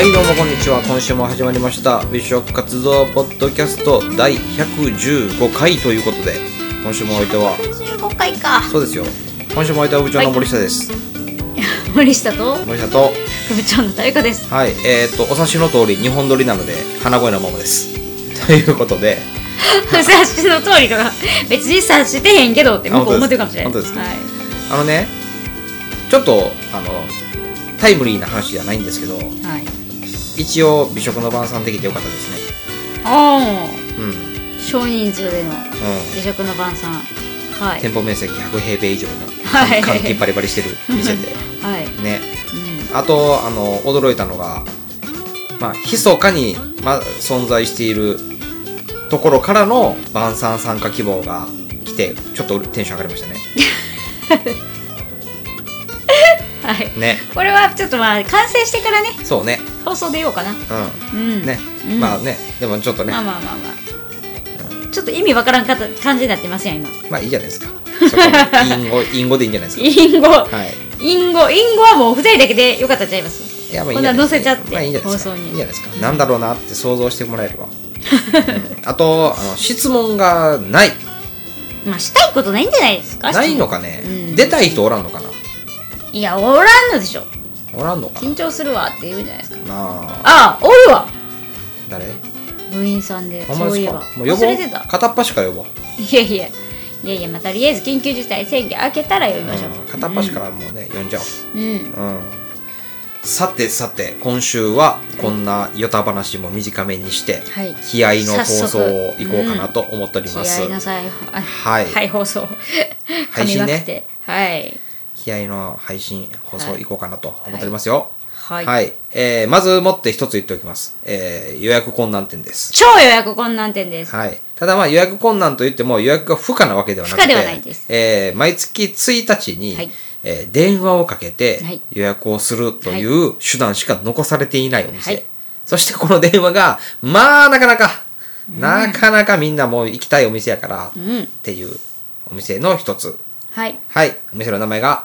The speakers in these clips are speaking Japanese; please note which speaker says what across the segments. Speaker 1: ちは今週も始まりました「美食活動ポッドキャスト」第115回ということで今週もお相手は
Speaker 2: 15回か
Speaker 1: そうですよ今週もお相手は部長の森下です、
Speaker 2: 森下と
Speaker 1: 森下と
Speaker 2: 部長の田由香 です
Speaker 1: はいえー、とお察しの通り日本撮りなので鼻声のままです ということで
Speaker 2: 察しの通りとか別に察してへんけどって向こう思ってるかもしれない
Speaker 1: 本当ですか
Speaker 2: はい、
Speaker 1: あのねちょっとあのタイムリーな話じゃないんですけど
Speaker 2: はい、
Speaker 1: 一応美食の晩さんできてよかったですね
Speaker 2: あ
Speaker 1: うん、うん、
Speaker 2: あ少人数での美食の晩餐はい
Speaker 1: 店舗面積100平米以上の
Speaker 2: はい
Speaker 1: 換気バリバリしてる店 で
Speaker 2: はい、うん、
Speaker 1: ねあとあの驚いたのがまあ密かに、まあ、存在しているところからの晩餐参加希望が来てちょっとテンション上がりましたね
Speaker 2: はい
Speaker 1: ね
Speaker 2: これはちょっとまあ完成してからね
Speaker 1: そうね
Speaker 2: 放送出ようかな
Speaker 1: う
Speaker 2: うん
Speaker 1: んね、
Speaker 2: うん
Speaker 1: まあねでもちょっとね
Speaker 2: まあまあまあまあちょっと意味わからんかた感じになってますやん今
Speaker 1: まあいいじゃないですかそこは 隠語隠語でいいんじゃないですか
Speaker 2: インゴ
Speaker 1: はい
Speaker 2: インゴインゴはもう二人だけでよかったんちゃいます
Speaker 1: いやまあいい
Speaker 2: こん
Speaker 1: じゃ
Speaker 2: なん
Speaker 1: ないです
Speaker 2: 載せちゃっ
Speaker 1: まあいいんじ
Speaker 2: て
Speaker 1: ゃないで
Speaker 2: 放
Speaker 1: すか
Speaker 2: 送
Speaker 1: いい
Speaker 2: に
Speaker 1: んじゃないですかなんだろうなって想像してもらえれば、うんあとあの質問がない
Speaker 2: まあしたいことないんじゃないですか
Speaker 1: ないのかね、
Speaker 2: うん
Speaker 1: 出たい人おらんのかない
Speaker 2: やおらんのでしょ
Speaker 1: おらんのか
Speaker 2: 緊張するわって言うんじゃないですか
Speaker 1: なあ
Speaker 2: ああおるわ
Speaker 1: 誰
Speaker 2: 部員さんで
Speaker 1: ほんま
Speaker 2: そう
Speaker 1: で
Speaker 2: い
Speaker 1: す
Speaker 2: え
Speaker 1: か
Speaker 2: ば
Speaker 1: もう呼
Speaker 2: 忘
Speaker 1: ぼ
Speaker 2: れてた
Speaker 1: う片っ端から呼ぼう、
Speaker 2: いやいやいやいやまあとりあえず緊急事態宣言開けたら呼びましょう、
Speaker 1: うん片っ端からもうね、呼んじゃ
Speaker 2: うん
Speaker 1: おう、うん、さてさて今週はこんなヨタ話も短めにして、
Speaker 2: はい
Speaker 1: 気合の放
Speaker 2: 早
Speaker 1: 送
Speaker 2: 速
Speaker 1: をいこうかなと思っており
Speaker 2: 気
Speaker 1: ます、
Speaker 2: 合いなさいあ
Speaker 1: はい
Speaker 2: はい放送
Speaker 1: 配信 ね
Speaker 2: 噛みまくってはい
Speaker 1: 気合の配信放送いこうかなと思っておりますよ
Speaker 2: は、
Speaker 1: はいい、えーまずもって一つ言っておきます、えー予約困難点です
Speaker 2: 超予約困難点です
Speaker 1: はい、ただまあ予約困難といっても予約が不可なわけではなくて
Speaker 2: 不可ではないです
Speaker 1: えー毎月1日に、
Speaker 2: はい
Speaker 1: えー電話をかけて
Speaker 2: はい
Speaker 1: 予約をするという手段しか残されていないお店、
Speaker 2: はい
Speaker 1: そしてこの電話がまあなかなか、なかなかみんなもう行きたいお店やからっ
Speaker 2: うん
Speaker 1: ていうお店の一つ
Speaker 2: はい
Speaker 1: はいお店の名前が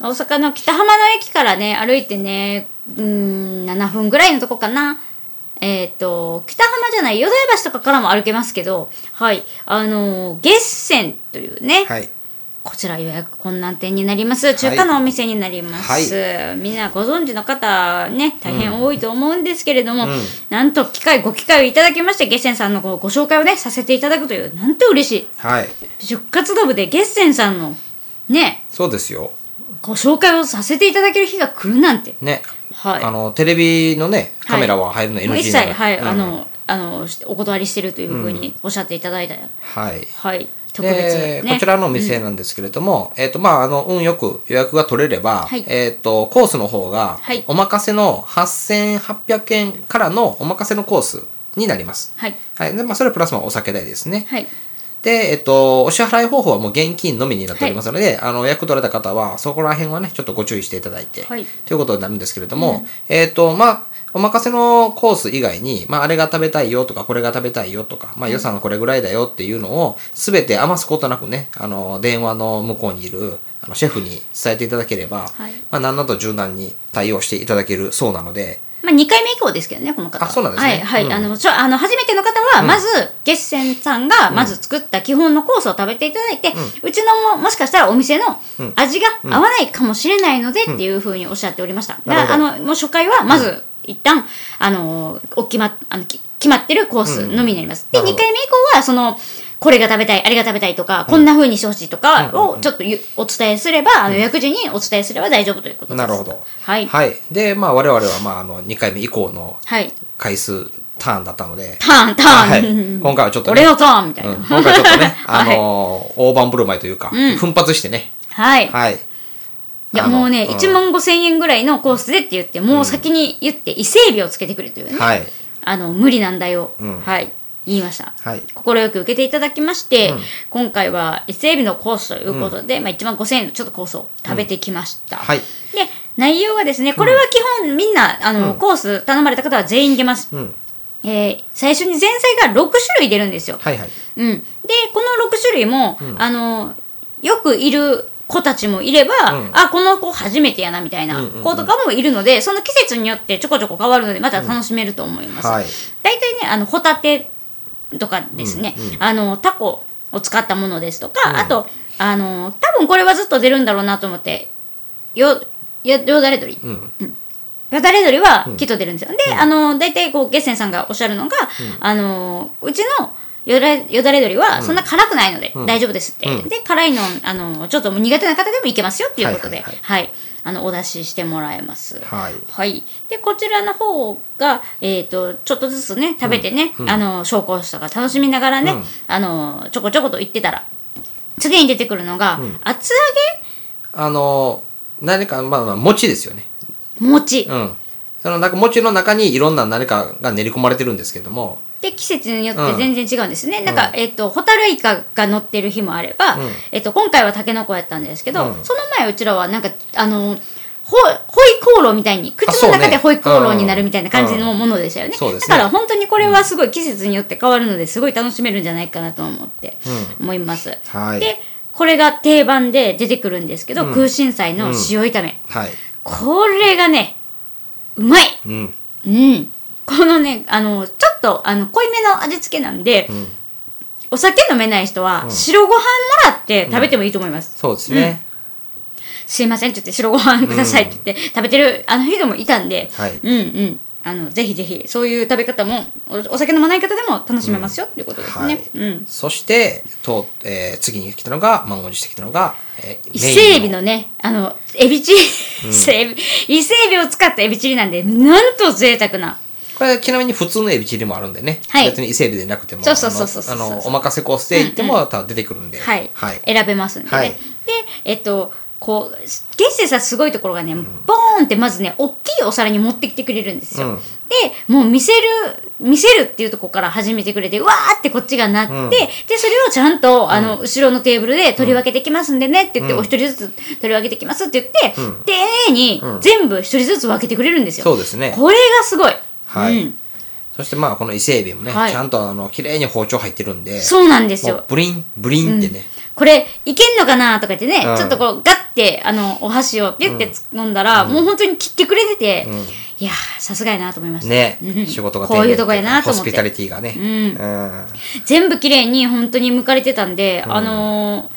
Speaker 2: 大阪の北浜の駅からね歩いてねうーん7分ぐらいのとこかなえっ、と北浜じゃない淀屋橋とかからも歩けますけどはいあのー月仙というね、
Speaker 1: はい
Speaker 2: こちら予約困難点になります中華のお店になります、みんなご存知の方ね大変多いと思うんですけれども、
Speaker 1: うん
Speaker 2: なんと機会ご機会をいただきまして月仙さんのごご紹介をねさせていただくというなんて嬉し
Speaker 1: はい
Speaker 2: い食活動部で月仙さんのね
Speaker 1: そうですよ
Speaker 2: ご紹介をさせていただける日が来るなんて
Speaker 1: ね、
Speaker 2: はい
Speaker 1: あのテレビのねカメラは入るの
Speaker 2: もう
Speaker 1: NG
Speaker 2: 一
Speaker 1: なの
Speaker 2: 切はい、
Speaker 1: うん
Speaker 2: あのあのしお断りしてるというふうにおっしゃっていただいた、
Speaker 1: はい
Speaker 2: はい特別、
Speaker 1: で
Speaker 2: ね、
Speaker 1: こちらのお店なんですけれども、えっ、と、まあ、あの、運よく予約が取れれば、
Speaker 2: はい
Speaker 1: えっ、と、コースの方が、
Speaker 2: はい
Speaker 1: お任せの8800円からのお任せのコースになります。
Speaker 2: はい
Speaker 1: はい。で、まあ、それプラスまあお酒代ですね。
Speaker 2: はい
Speaker 1: で、えっ、と、お支払い方法はもう現金のみになっておりますので、あの、予約取れた方は、そこら辺はね、ちょっとご注意していただいて、
Speaker 2: はい
Speaker 1: ということになるんですけれども、えっ、と、まあ、お任せのコース以外に、まあ、あれが食べたいよとか、これが食べたいよとか、まあ、予算これぐらいだよっていうのを、すべて余すことなくね、あの、電話の向こうにいる、あの、シェフに伝えていただければ、
Speaker 2: はい
Speaker 1: まあ、なんなど柔軟に対応していただけるそうなので、
Speaker 2: まあ、2回目以降ですけどねこの方
Speaker 1: あ
Speaker 2: は
Speaker 1: そうなんですね
Speaker 2: はい、はい
Speaker 1: うん
Speaker 2: あのちょあの初めての方はまず、月仙さんがまず作った基本のコースを食べていただいて、うちのももしかしたらお店の味が合わないかもしれないのでっていうふうにおっしゃっておりました、
Speaker 1: なるほ
Speaker 2: だ
Speaker 1: ど
Speaker 2: あのもう初回はまず一旦、あのお決まあのき決まってるコースのみになります、
Speaker 1: なる
Speaker 2: で
Speaker 1: ほ
Speaker 2: 2
Speaker 1: ど
Speaker 2: 回目以降はそのこれが食べたいあれが食べたいとか、こんなふうにしてほしいとかをちょっとゆお伝えすれば、あの予約時にお伝えすれば大丈夫ということです
Speaker 1: なるほど。
Speaker 2: はい、はい
Speaker 1: はい。で、まあ、我々は、まあ、あの、2回目以降の回数、ターンだったので、
Speaker 2: ターンターン、
Speaker 1: はい、今回はちょっと、ね、
Speaker 2: 俺のターンみたいな。
Speaker 1: うん今回ちょっと ね、あ
Speaker 2: はい、
Speaker 1: のー大盤振る舞いというか、奮発してね、
Speaker 2: はい。い
Speaker 1: はい。
Speaker 2: や、
Speaker 1: あの
Speaker 2: もうね、
Speaker 1: うん
Speaker 2: 1万5千円ぐらいのコースでって言って、もう先に言って、伊勢エビをつけてくれというね。
Speaker 1: はい。
Speaker 2: あの、無理なんだよ。
Speaker 1: うん
Speaker 2: はい。言いました。
Speaker 1: はい。
Speaker 2: 心よく受けていただきまして、今回は伊勢エビのコースということで、まあ、1万5千円のちょっとコースを食べてきました。
Speaker 1: はい。
Speaker 2: で、内容はですね、これは基本みんな、あの、コース頼まれた方は全員出ます。
Speaker 1: うん。
Speaker 2: えー最初に前菜が6種類出るんですよ。
Speaker 1: はいはい。
Speaker 2: うん、でこの6種類も、あのよくいる子たちもいれば、
Speaker 1: うん
Speaker 2: あこの子初めてやなみたいな
Speaker 1: うんうんうん
Speaker 2: 子とかもいるので、その季節によってちょこちょこ変わるのでまた楽しめると思います、
Speaker 1: うんはい
Speaker 2: 大体ねあのホタテとかですね、
Speaker 1: うんうん
Speaker 2: あのタコを使ったものですとか、あとあの多分これはずっと出るんだろうなと思ってよよよだれ鳥、
Speaker 1: うん。
Speaker 2: よだれ鳥はきっと出るんですよ。で、あの、大体こう、ゲッセンさんがおっしゃるのが、あの、うちのよだれよだれ鳥はそんな辛くないので
Speaker 1: ん
Speaker 2: 大丈夫ですって。
Speaker 1: うん
Speaker 2: で、辛いの、あの、ちょっと苦手な方でもいけますよっていうことで、
Speaker 1: はい
Speaker 2: は
Speaker 1: はいい
Speaker 2: あの、お出ししてもらえます。
Speaker 1: はい。
Speaker 2: はい、でこちらの方が、えー、とちょっとずつね食べてね、あの紹興酒とか楽しみながらね、
Speaker 1: うん
Speaker 2: あのちょこちょこと行ってたら次に出てくるのが、厚
Speaker 1: あの、何か、まあまあ、餅ですよね。
Speaker 2: 揚げ餅、
Speaker 1: うん。その、なんか餅の中にいろんな何かが練り込まれてるんですけども、
Speaker 2: で季節によって全然違うんですね、なんか、えっ、とホタルイカが乗ってる日もあれば、
Speaker 1: うん
Speaker 2: えっと今回はタケノコやったんですけど、
Speaker 1: うん
Speaker 2: その前うちらはなんかあのほホイコーローみたいに口の
Speaker 1: あそ
Speaker 2: 中
Speaker 1: う
Speaker 2: で
Speaker 1: ね
Speaker 2: ホイコーローになるみたいな感じ
Speaker 1: うん
Speaker 2: の
Speaker 1: うん
Speaker 2: ものでしたよね,、
Speaker 1: そうで
Speaker 2: だ
Speaker 1: すね
Speaker 2: から本当にこれはすごい季節によって変わるのですごい楽しめるんじゃないかなと思って、思います、
Speaker 1: はい
Speaker 2: でこれが定番で出てくるんですけど、空心菜の塩炒め、
Speaker 1: はい。
Speaker 2: これがねうまい
Speaker 1: うん。
Speaker 2: うん、このねあのちょっとあの濃いめの味付けなんで、
Speaker 1: ん
Speaker 2: お酒飲めない人は白ご飯もらって食べてもいいと思います、
Speaker 1: そうですね。
Speaker 2: すいませんって言って白ご飯くださいって言って、食べてるあの人もいたんで、
Speaker 1: はい
Speaker 2: うんうんあのぜひぜひそういう食べ方もおお酒飲まない方でも楽しめますよっていうことです
Speaker 1: は
Speaker 2: ね、
Speaker 1: い
Speaker 2: うん。
Speaker 1: そして、と、えー次に来たのが、満を持してきたのが、えー
Speaker 2: 伊勢エ
Speaker 1: メイ
Speaker 2: ビ
Speaker 1: ン
Speaker 2: のね、あの、エビチリ、伊勢エビ、伊勢エビを使ったエビチリなんで、なんと贅沢な。
Speaker 1: これちなみに普通のエビチリもあるんでね、
Speaker 2: はい
Speaker 1: 別に伊勢エビでなくても
Speaker 2: そうそうそうそうそう
Speaker 1: あのあのお任せコースで行っても多分出てくるんで、
Speaker 2: はい、
Speaker 1: はい、
Speaker 2: 選べますんで、ね
Speaker 1: はい
Speaker 2: でえっとこうゲッセさんすごいところがね、ボーンってまずね大きいお皿に持ってきてくれるんですよ、
Speaker 1: うん
Speaker 2: でもう見せる見せるっていうところから始めてくれてうわーってこっちがなって、
Speaker 1: うん
Speaker 2: でそれをちゃんとあの、後ろのテーブルで取り分けてきますんでねって言って、
Speaker 1: うん
Speaker 2: お一人ずつ取り分けてきますって言って、
Speaker 1: うん
Speaker 2: 丁寧に
Speaker 1: うん
Speaker 2: 全部一人ずつ分けてくれるんですよ、
Speaker 1: そうですね
Speaker 2: これがすごい、
Speaker 1: はい
Speaker 2: うん、
Speaker 1: そしてまあこの伊勢エビもね、
Speaker 2: はい
Speaker 1: ちゃんとあの綺麗に包丁入ってるんで
Speaker 2: そうなんです
Speaker 1: も
Speaker 2: よ
Speaker 1: うブリンブリンってね、
Speaker 2: これいけんのかなとか言ってね、
Speaker 1: うん
Speaker 2: ちょっとこうガッてあのお箸をピュッて突っ込んだら、もう本当に切ってくれてて、いやーさすがやなと思いました
Speaker 1: ね、
Speaker 2: うん
Speaker 1: 仕事が
Speaker 2: こういうとこやなと
Speaker 1: ホ
Speaker 2: 思
Speaker 1: ス
Speaker 2: っ
Speaker 1: ピタリ
Speaker 2: て
Speaker 1: ティがね、
Speaker 2: う
Speaker 1: うん
Speaker 2: 全部綺麗に本当に剥かれてたんで、あの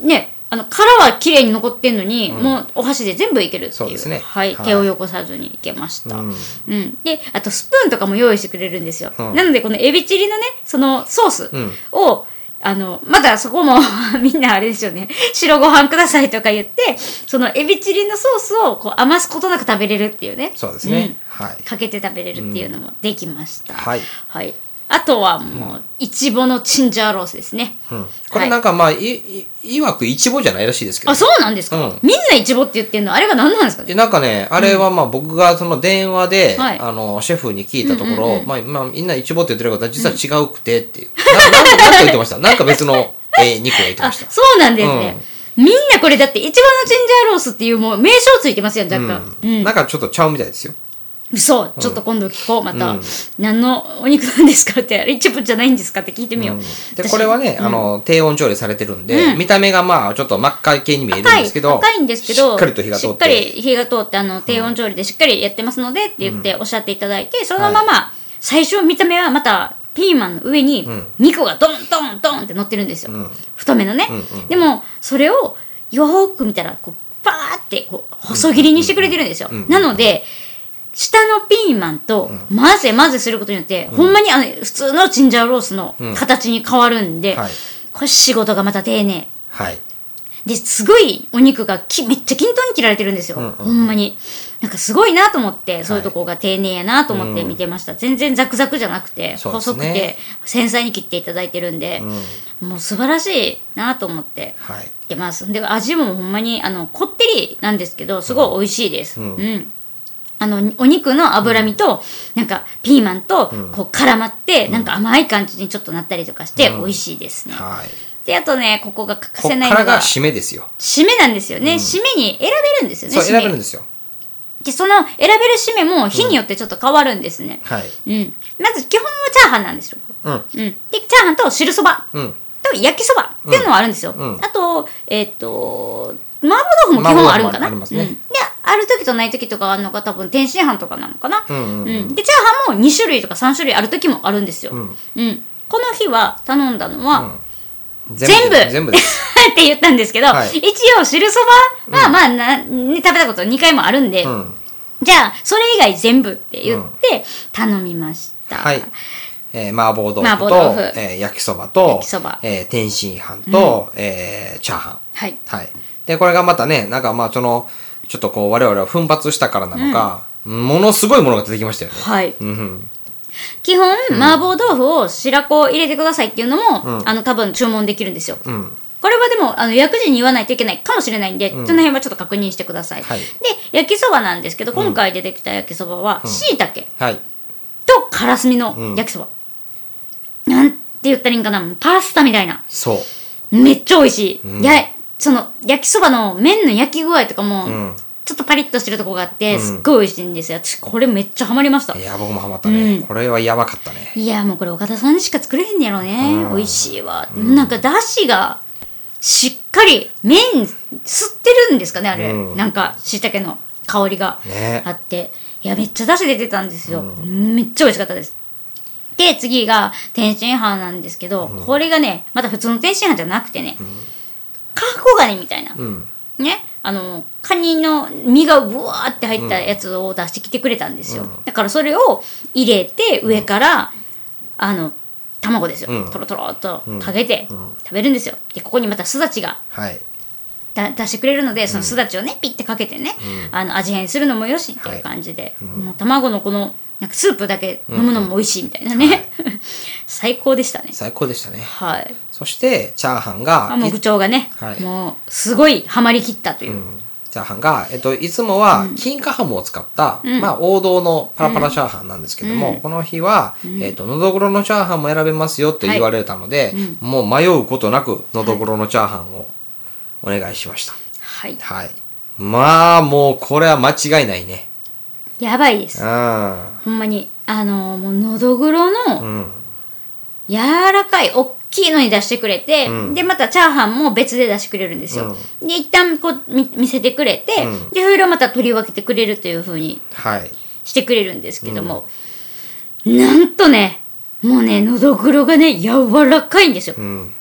Speaker 2: ーねあの殻は綺麗に残ってんのに、もうお箸で全部いけるっていう
Speaker 1: そうですね
Speaker 2: はい、
Speaker 1: はい
Speaker 2: 手を汚さずにいけました、
Speaker 1: うん
Speaker 2: うん、であとスプーンとかも用意してくれるんですよ、
Speaker 1: うん
Speaker 2: なのでこのエビチリのねそのソース
Speaker 1: ん
Speaker 2: を、あのまだそこも みんなあれですよね白ご飯くださいとか言ってそのエビチリのソースをこう余すことなく食べれるっていうね
Speaker 1: そうですね、
Speaker 2: ん
Speaker 1: はい
Speaker 2: かけて食べれるっていうのもできました、
Speaker 1: はい
Speaker 2: はい、あとはもういちぼのチンジャーロースですね、
Speaker 1: うんこれなんかまあ、い、いいわくイチボじゃないらしいですけど
Speaker 2: あそうなんですか、
Speaker 1: うん
Speaker 2: みんないちぼって言ってんのあれが何なんですか
Speaker 1: で
Speaker 2: ね
Speaker 1: なんかね、あれはまあ僕がその電話で、
Speaker 2: はい
Speaker 1: あの、シェフに聞いたところ、まあ、まあ、みんな一ボって言ってるけど、実は違うくてっていう。ななんか、なんか言ってました。なんか別の、えー、肉を言って
Speaker 2: あ
Speaker 1: ました。
Speaker 2: そうなんですね、みんなこれだっていちぼのチンジャーロースっていうもう名称ついてますよ若干、
Speaker 1: うんなんかちょっとちゃうみたいですよ。
Speaker 2: 嘘ちょっと今度聞こうまた、
Speaker 1: うん
Speaker 2: 何のお肉なんですかってあれ一部じゃないんですかって聞いてみよう、
Speaker 1: で、
Speaker 2: 私
Speaker 1: これはね、あの、低温調理されてるんで、見た目がまあ、ちょっと真っ赤系に見えるん
Speaker 2: 赤
Speaker 1: で
Speaker 2: い
Speaker 1: すけど、
Speaker 2: 赤いんですけど
Speaker 1: しっかりと火が通って。
Speaker 2: しっかり火が通ってあの低温調理でしっかりやってますのでって言っておっしゃっていただいて、そのまま、最初見た目はまたピーマンの上に肉がドンドンドンって乗ってるんですよ、太めのね、でもそれをよーく見たらこうバーってこう細切りにしてくれてるんですよ、なので下のピーマンと混ぜ混ぜすることによって、ほんまにあの普通のチンジャオロースの形に変わるんで、
Speaker 1: はい
Speaker 2: これ仕事がまた丁寧
Speaker 1: はい。
Speaker 2: ですごいお肉がきめっちゃ均等に切られてるんですよ、ほんまになんかすごいなと思ってそういうとこが丁寧やなと思って見てました、全然ザクザクじゃなくて、
Speaker 1: そうですね
Speaker 2: 細くて繊細に切っていただいてるんで、もう素晴らしいなと思って
Speaker 1: はい。
Speaker 2: いけますで味もほんまにあのこってりなんですけどすごい美味しいですうん、あのお肉の脂身と、なんかピーマンとこう絡まって、なんか甘い感じにちょっとなったりとかして美味しいですね、
Speaker 1: はい。
Speaker 2: であとねここが欠か
Speaker 1: こ
Speaker 2: せ
Speaker 1: っ
Speaker 2: ない
Speaker 1: か
Speaker 2: の
Speaker 1: らが
Speaker 2: が
Speaker 1: 締めですよ。
Speaker 2: 締めなんですよね、締めに選べるんですよね
Speaker 1: そう、選べるん
Speaker 2: で
Speaker 1: ですよ。
Speaker 2: でその選べる締めも日によってちょっと変わるんですね
Speaker 1: はい。
Speaker 2: うん、まず基本はチャーハンなんですよ、
Speaker 1: うん。
Speaker 2: うん、でチャーハンと汁そば
Speaker 1: うん。
Speaker 2: と焼きそばっていうのはあるんですよ、
Speaker 1: んうん
Speaker 2: あとと、えっと、麻婆豆腐も基本あるん
Speaker 1: 麻婆豆腐
Speaker 2: かな。
Speaker 1: もありますね
Speaker 2: うんで、ある時とない時とかあるのが多分天津飯とかなのかな。
Speaker 1: うんうんうん
Speaker 2: で、チャーハンも2種類とか3種類ある時もあるんですよ。うんん。この日は頼んだのは、
Speaker 1: 全
Speaker 2: 全部
Speaker 1: 全部 です。
Speaker 2: って言ったんですけど、
Speaker 1: はい
Speaker 2: 一応汁そばは、まあな、ね食べたこと2回もあるんで、
Speaker 1: うん。
Speaker 2: じゃあそれ以外全部って言って頼みました、
Speaker 1: はい。えー、麻婆豆
Speaker 2: 麻
Speaker 1: 腐
Speaker 2: 婆
Speaker 1: と、
Speaker 2: 豆腐
Speaker 1: えー焼きそばと、
Speaker 2: 焼きそば
Speaker 1: えー天津飯と、えーチャーハン。
Speaker 2: はい
Speaker 1: はい。で、これがまたね、なんかまあ、その、ちょっとこう、我々は奮発したからなのか、ものすごいものが出てきましたよね。
Speaker 2: はい
Speaker 1: うんうん。
Speaker 2: 基本、麻婆豆腐を白子を入れてくださいっていうのも、
Speaker 1: うん
Speaker 2: あの多分注文できるんですよ、
Speaker 1: うん。
Speaker 2: これはでもあの薬事に言わないといけないかもしれないんで、その辺はちょっと確認してください、
Speaker 1: はい
Speaker 2: で焼きそばなんですけど今回出てきた焼きそばは、しいたけ
Speaker 1: はい。
Speaker 2: とからすみの焼きそば、なんて言ったらいいんかなパスタみたいな
Speaker 1: そう。
Speaker 2: めっちゃ美味しい、やその焼きそばの麺の焼き具合とかも、
Speaker 1: ん
Speaker 2: ちょっとパリッとしてるとこがあってすっごい美味しいんですよ私これめっちゃハマりました
Speaker 1: いや、僕もハマったね。これはやばかったね。
Speaker 2: いやもうこれ岡田さんにしか作れへんやろね美味しいわ、なんかだしがしっかり麺吸ってるんですかねあれ、
Speaker 1: うん
Speaker 2: なんかしいたけの香りが
Speaker 1: ね
Speaker 2: あって、いやめっちゃだし出てたんですよ、めっちゃ美味しかったですで次が天津飯なんですけど、これがねまた普通の天津飯じゃなくてね、カコガニみたいな、
Speaker 1: うん。
Speaker 2: ね、あのカニの身がぶわーって入ったやつを出してきてくれたんですよ、だからそれを入れて上から、あの卵ですよ、
Speaker 1: うん
Speaker 2: トロトロっとかけて食べるんですよでここにまたすだちが
Speaker 1: はい。
Speaker 2: だ出してくれるのでそのすだちをねピッてかけてね、あの味変するのもよしっていう感じで、もう卵のこのなんかスープだけ飲むのも美味しいみたいなね、 最高でしたね
Speaker 1: 最高でしたね。
Speaker 2: はい
Speaker 1: そして、チャーハン
Speaker 2: あ
Speaker 1: が、
Speaker 2: もう
Speaker 1: い
Speaker 2: 部長がね、
Speaker 1: はい
Speaker 2: もうすごいハマりきったという、
Speaker 1: チャーハンが、えっと、いつもは金華ハムを使った、まあ、王道のパラパラチャーハンなんですけども、この日は、えっと、のどぐろのチャーハンも選べますよって言われたので、もう迷うことなく、のどぐろのチャーハンをお願いしました。
Speaker 2: はい
Speaker 1: はい。まあ、もう、これは間違いないね。
Speaker 2: やばいです
Speaker 1: うん。
Speaker 2: ほんまに、あのもう、のどぐろ
Speaker 1: う
Speaker 2: の、
Speaker 1: ん。
Speaker 2: 柔らかい、おっきいのに出してくれて、
Speaker 1: うん
Speaker 2: で、またチャーハンも別で出してくれるんですよ。で、一旦こう、み見せてくれて、
Speaker 1: うん
Speaker 2: で、それをまた取り分けてくれるという風に
Speaker 1: はい。
Speaker 2: してくれるんですけども、なんとね、もうね、のどぐろがね、柔らかいんですよ。
Speaker 1: うん。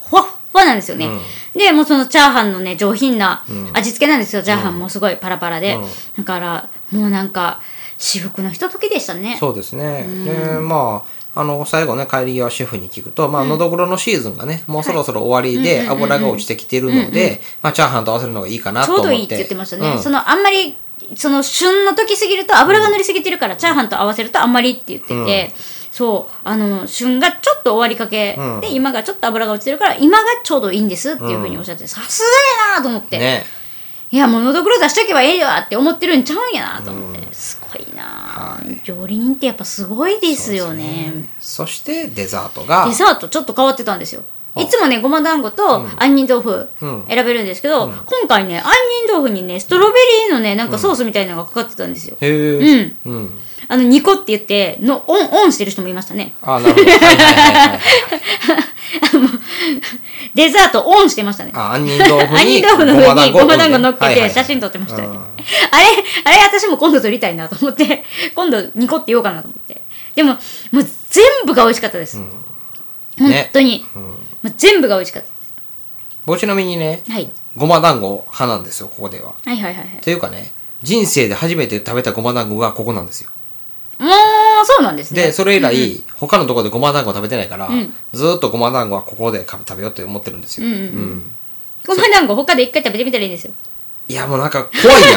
Speaker 2: ほわっほわなんですよね、でもうそのチャーハンのね上品な味付けなんですよ、チャーハンもすごいパラパラで、
Speaker 1: うん
Speaker 2: だからもうなんか至福のひとときでしたね
Speaker 1: そうですね。で、まあ、あの、最後ね、帰り際シェフに聞くと、まあ、のどぐろのシーズンがね、もうそろそろ終わりで、油が落ちてきてるので、まあ、チャーハンと合わせるのがいいかな
Speaker 2: ち
Speaker 1: と
Speaker 2: ょう
Speaker 1: 思っ
Speaker 2: ど
Speaker 1: て。
Speaker 2: いいって言ってましたね、
Speaker 1: うん
Speaker 2: そのあんまりその旬の時すぎると油が乗りすぎてるから、チャーハンと合わせるとあんまりって言ってて、そうあの旬がちょっと終わりかけ、
Speaker 1: うん
Speaker 2: で今がちょっと油が落ちてるから今がちょうどいいんですっていうふうにおっしゃってさすがやなと思って、
Speaker 1: ね。
Speaker 2: いやもうのどぐろ出しとけばええわって思ってるんちゃうんやなと思って、すごいな、料理人ってやっぱすごいですよね
Speaker 1: そして、デザートが
Speaker 2: デ、ザートちょっと変わってたんですよいつもねごま団子と杏仁豆腐
Speaker 1: うん
Speaker 2: 選べるんですけど、今回ね杏仁豆腐にねストロベリーのねなんかソースみたいなのがかかってたんですよ、
Speaker 1: へえ。うん。
Speaker 2: あの2個って言ってのオンオンしてる人もいましたね
Speaker 1: あ、なるほど。はいはいはい はい
Speaker 2: デザートオンしてましたね
Speaker 1: あ、杏仁豆腐
Speaker 2: 杏
Speaker 1: に、
Speaker 2: 仁豆腐の上にごま団
Speaker 1: ね
Speaker 2: 子乗っ
Speaker 1: は
Speaker 2: け
Speaker 1: いは
Speaker 2: て
Speaker 1: い
Speaker 2: 写真撮ってましたよね。あれ、あれ私も今度撮りたいなと思って、今度2個って言おうかなと思って。でも、もう全部が美味しかったです。本
Speaker 1: ね
Speaker 2: 当に。もう全部が美味しかっ
Speaker 1: 僕ちなみにね
Speaker 2: た。、はい。
Speaker 1: ごま団子派なんですよ、ここでは。
Speaker 2: はいはいはいはい。
Speaker 1: というかね、人生で初めて食べたごま団子がここなんですよ。
Speaker 2: もう、そうなんですね。
Speaker 1: で、それ以来、他のところでごま団子食べてないから、
Speaker 2: ん
Speaker 1: ずーっとごま団子はここで食べ食べようって思ってるんですよ。
Speaker 2: うんうんうんごま団子他で一回食べてみたらいいんですよ。
Speaker 1: いや、もうなんか怖いや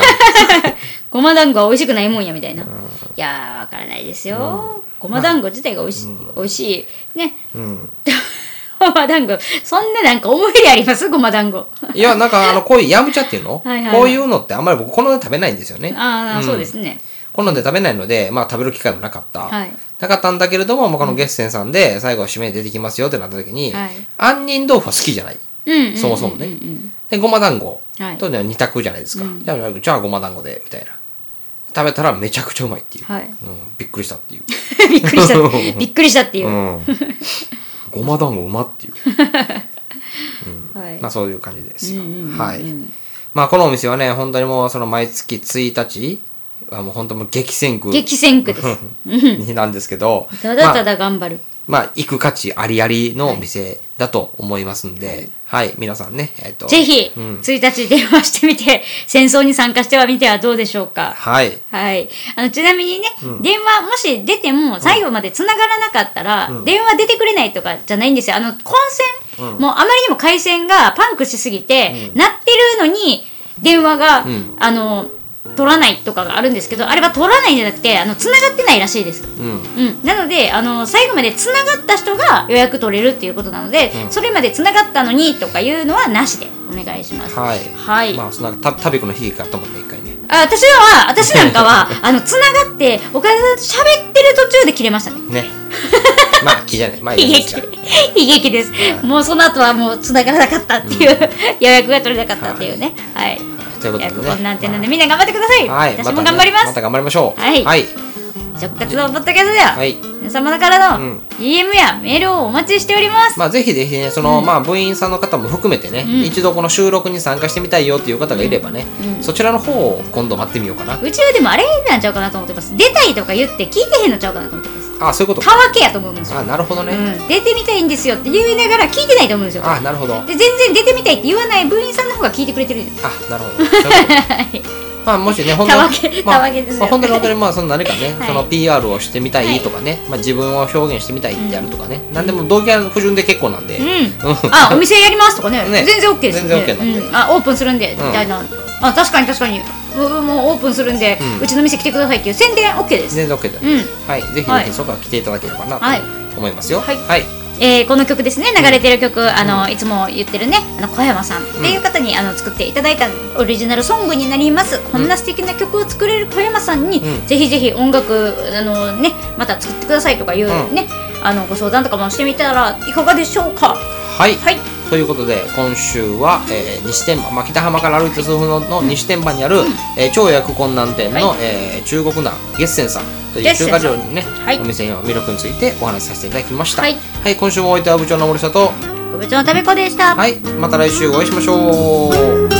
Speaker 1: ん。
Speaker 2: ごま団子は美味しくないもんやみたいな。いやー、わからないですよ。ごま団子自体が美味しい、美味しい。ね。
Speaker 1: うん、
Speaker 2: ごま団子。そんななんか思い入れありますごま団子。
Speaker 1: いや、なんかあの、こういうやむちゃっていうの
Speaker 2: はいはいはい
Speaker 1: こういうのってあんまり僕、こので食べないんですよね。
Speaker 2: ああ、
Speaker 1: ん
Speaker 2: そうですね。
Speaker 1: こので食べないので、まあ食べる機会もなかった。
Speaker 2: はい
Speaker 1: なかったんだけれども、もうこの月戦さんで最後締めに出てきますよってなった時に、
Speaker 2: はい
Speaker 1: 杏仁豆腐は好きじゃない。
Speaker 2: うんうんうんうんうん
Speaker 1: そもそもねで、ごま団子
Speaker 2: はい
Speaker 1: とね二択じゃないですか。じゃあ、じゃあごま団子で、みたいな。食べたらめちゃくちゃうまいっていう。
Speaker 2: はい
Speaker 1: うん、びっくりしたっていう。
Speaker 2: びっくり したびっくりしたっていう、
Speaker 1: うん、ごま団子うまっていう、
Speaker 2: はい
Speaker 1: まあそういう感じですよ。
Speaker 2: うんうんうんうん
Speaker 1: はい。まあこのお店はね、本当にもうその毎月1日はもう本当もう激戦区
Speaker 2: 激戦 区です。
Speaker 1: になんですけど、
Speaker 2: ただた
Speaker 1: まあ
Speaker 2: だ頑張る。
Speaker 1: まあ行く価値ありありのお店だと思いますんで、はい、皆さんね、えっと、
Speaker 2: ぜひ、
Speaker 1: うん
Speaker 2: 1日電話してみて、 戦争に参加してはみてはどうでしょうか。
Speaker 1: はい。
Speaker 2: はい。あの、ちなみにね、電話、もし出ても、最後まで繋がらなかったら、電話出てくれないとかじゃないんですよ。あの、混戦、もうあまりにも回線がパンクしすぎて、鳴ってるのに、電話が、
Speaker 1: ん
Speaker 2: あの、取らないとかがあるんですけど、あれは取らないんじゃなくて、あの、繋がってないらしいです。
Speaker 1: うん。
Speaker 2: うん、なのであの最後までつながった人が予約取れるっていうことなので、それまでつながったのにとかいうのはなしでお願いします。
Speaker 1: はい。
Speaker 2: はい
Speaker 1: まあそんな、た旅子の悲劇かと思って一回ね。
Speaker 2: あ私は私なん かはあのつながって岡田さんと喋ってる途中で切れましたね。
Speaker 1: ね。 まあ、気じゃない。まあ、い
Speaker 2: 悲
Speaker 1: いで
Speaker 2: 劇
Speaker 1: すから。
Speaker 2: 悲劇です、もうその後はもうつながらなかったっていう、予約が取れなかったっていうねはい、
Speaker 1: ということでね
Speaker 2: 予約困難点なんで、みんな頑張ってください、
Speaker 1: はい。
Speaker 2: 私
Speaker 1: た
Speaker 2: も
Speaker 1: ね
Speaker 2: 頑張ります、
Speaker 1: また頑張りましょう。
Speaker 2: はい
Speaker 1: はい。
Speaker 2: 食活動ポッドキャストでは、
Speaker 1: はい
Speaker 2: 皆様から
Speaker 1: う
Speaker 2: の
Speaker 1: ん
Speaker 2: DM やメールをお待ちしております、
Speaker 1: まあ、ぜひぜひね、その、まあ、部員さんの方も含めてね、一度この収録に参加してみたいよっていう方がいればね、そちらの方を今度待ってみようかな。
Speaker 2: うちはでもあれなんちゃうかなと思ってます出たいとか言って聞いてへんのちゃうかなと思ってます
Speaker 1: あ、そういうこと
Speaker 2: たわけやと思うんですよ、
Speaker 1: あ、なるほどね。
Speaker 2: うん、出てみたいんですよって言いながら聞いてないと思うんですよ
Speaker 1: あ、なるほど。あ、
Speaker 2: で全然出てみたいって言わない部員さんの方が聞いてくれてるんです
Speaker 1: なる ほど。そういうことまあ、もしね、本当
Speaker 2: たわけ
Speaker 1: に、ま
Speaker 2: た
Speaker 1: あ
Speaker 2: わけですよ
Speaker 1: まあ、本当に本当に、まあ、その何かね、
Speaker 2: はい
Speaker 1: その PR をしてみたいとかね、まあ、自分を表現してみたいってあるとかね、なんでも動機は不純で結構なんで、
Speaker 2: うん、あ お店やりますとかね
Speaker 1: ね
Speaker 2: 全然 OK ですよね
Speaker 1: 全然 OK なんで
Speaker 2: うん、あオープンするんでみたいな、あ確かに確かにうもうオープンするんで、う
Speaker 1: うん
Speaker 2: ちの店来てくださいっていう宣伝 OK です、
Speaker 1: 全然 OK だ、
Speaker 2: うん
Speaker 1: はい、ぜひぜ
Speaker 2: はい
Speaker 1: ひそこは来ていただければな
Speaker 2: はい
Speaker 1: と思いますよ。
Speaker 2: はい
Speaker 1: はい、
Speaker 2: えーこの曲ですね流れてる曲あの、いつも言ってるねあの小山さんっていう方に、あの作っていただいたオリジナルソングになります、こんな素敵な曲を作れる小山さんに、
Speaker 1: うん
Speaker 2: ぜひぜひ音楽あのねまた作ってくださいとかいうね、あのご相談とかもしてみたらいかがでしょうか
Speaker 1: はい
Speaker 2: はい
Speaker 1: ということで今週は、えー西天満、まあ、北浜から歩いて数分のの西天満にある、えー超予約困難店の、
Speaker 2: は
Speaker 1: えー中国南月泉さんとい
Speaker 2: 月
Speaker 1: う中華
Speaker 2: 泉さん
Speaker 1: 料理のね、
Speaker 2: はい
Speaker 1: お店の魅力についてお話しさせていただきました。
Speaker 2: はい
Speaker 1: 今週もお相手は部長の森下と、
Speaker 2: ご部長のたべこでした、
Speaker 1: はい、また来週お会いしましょう。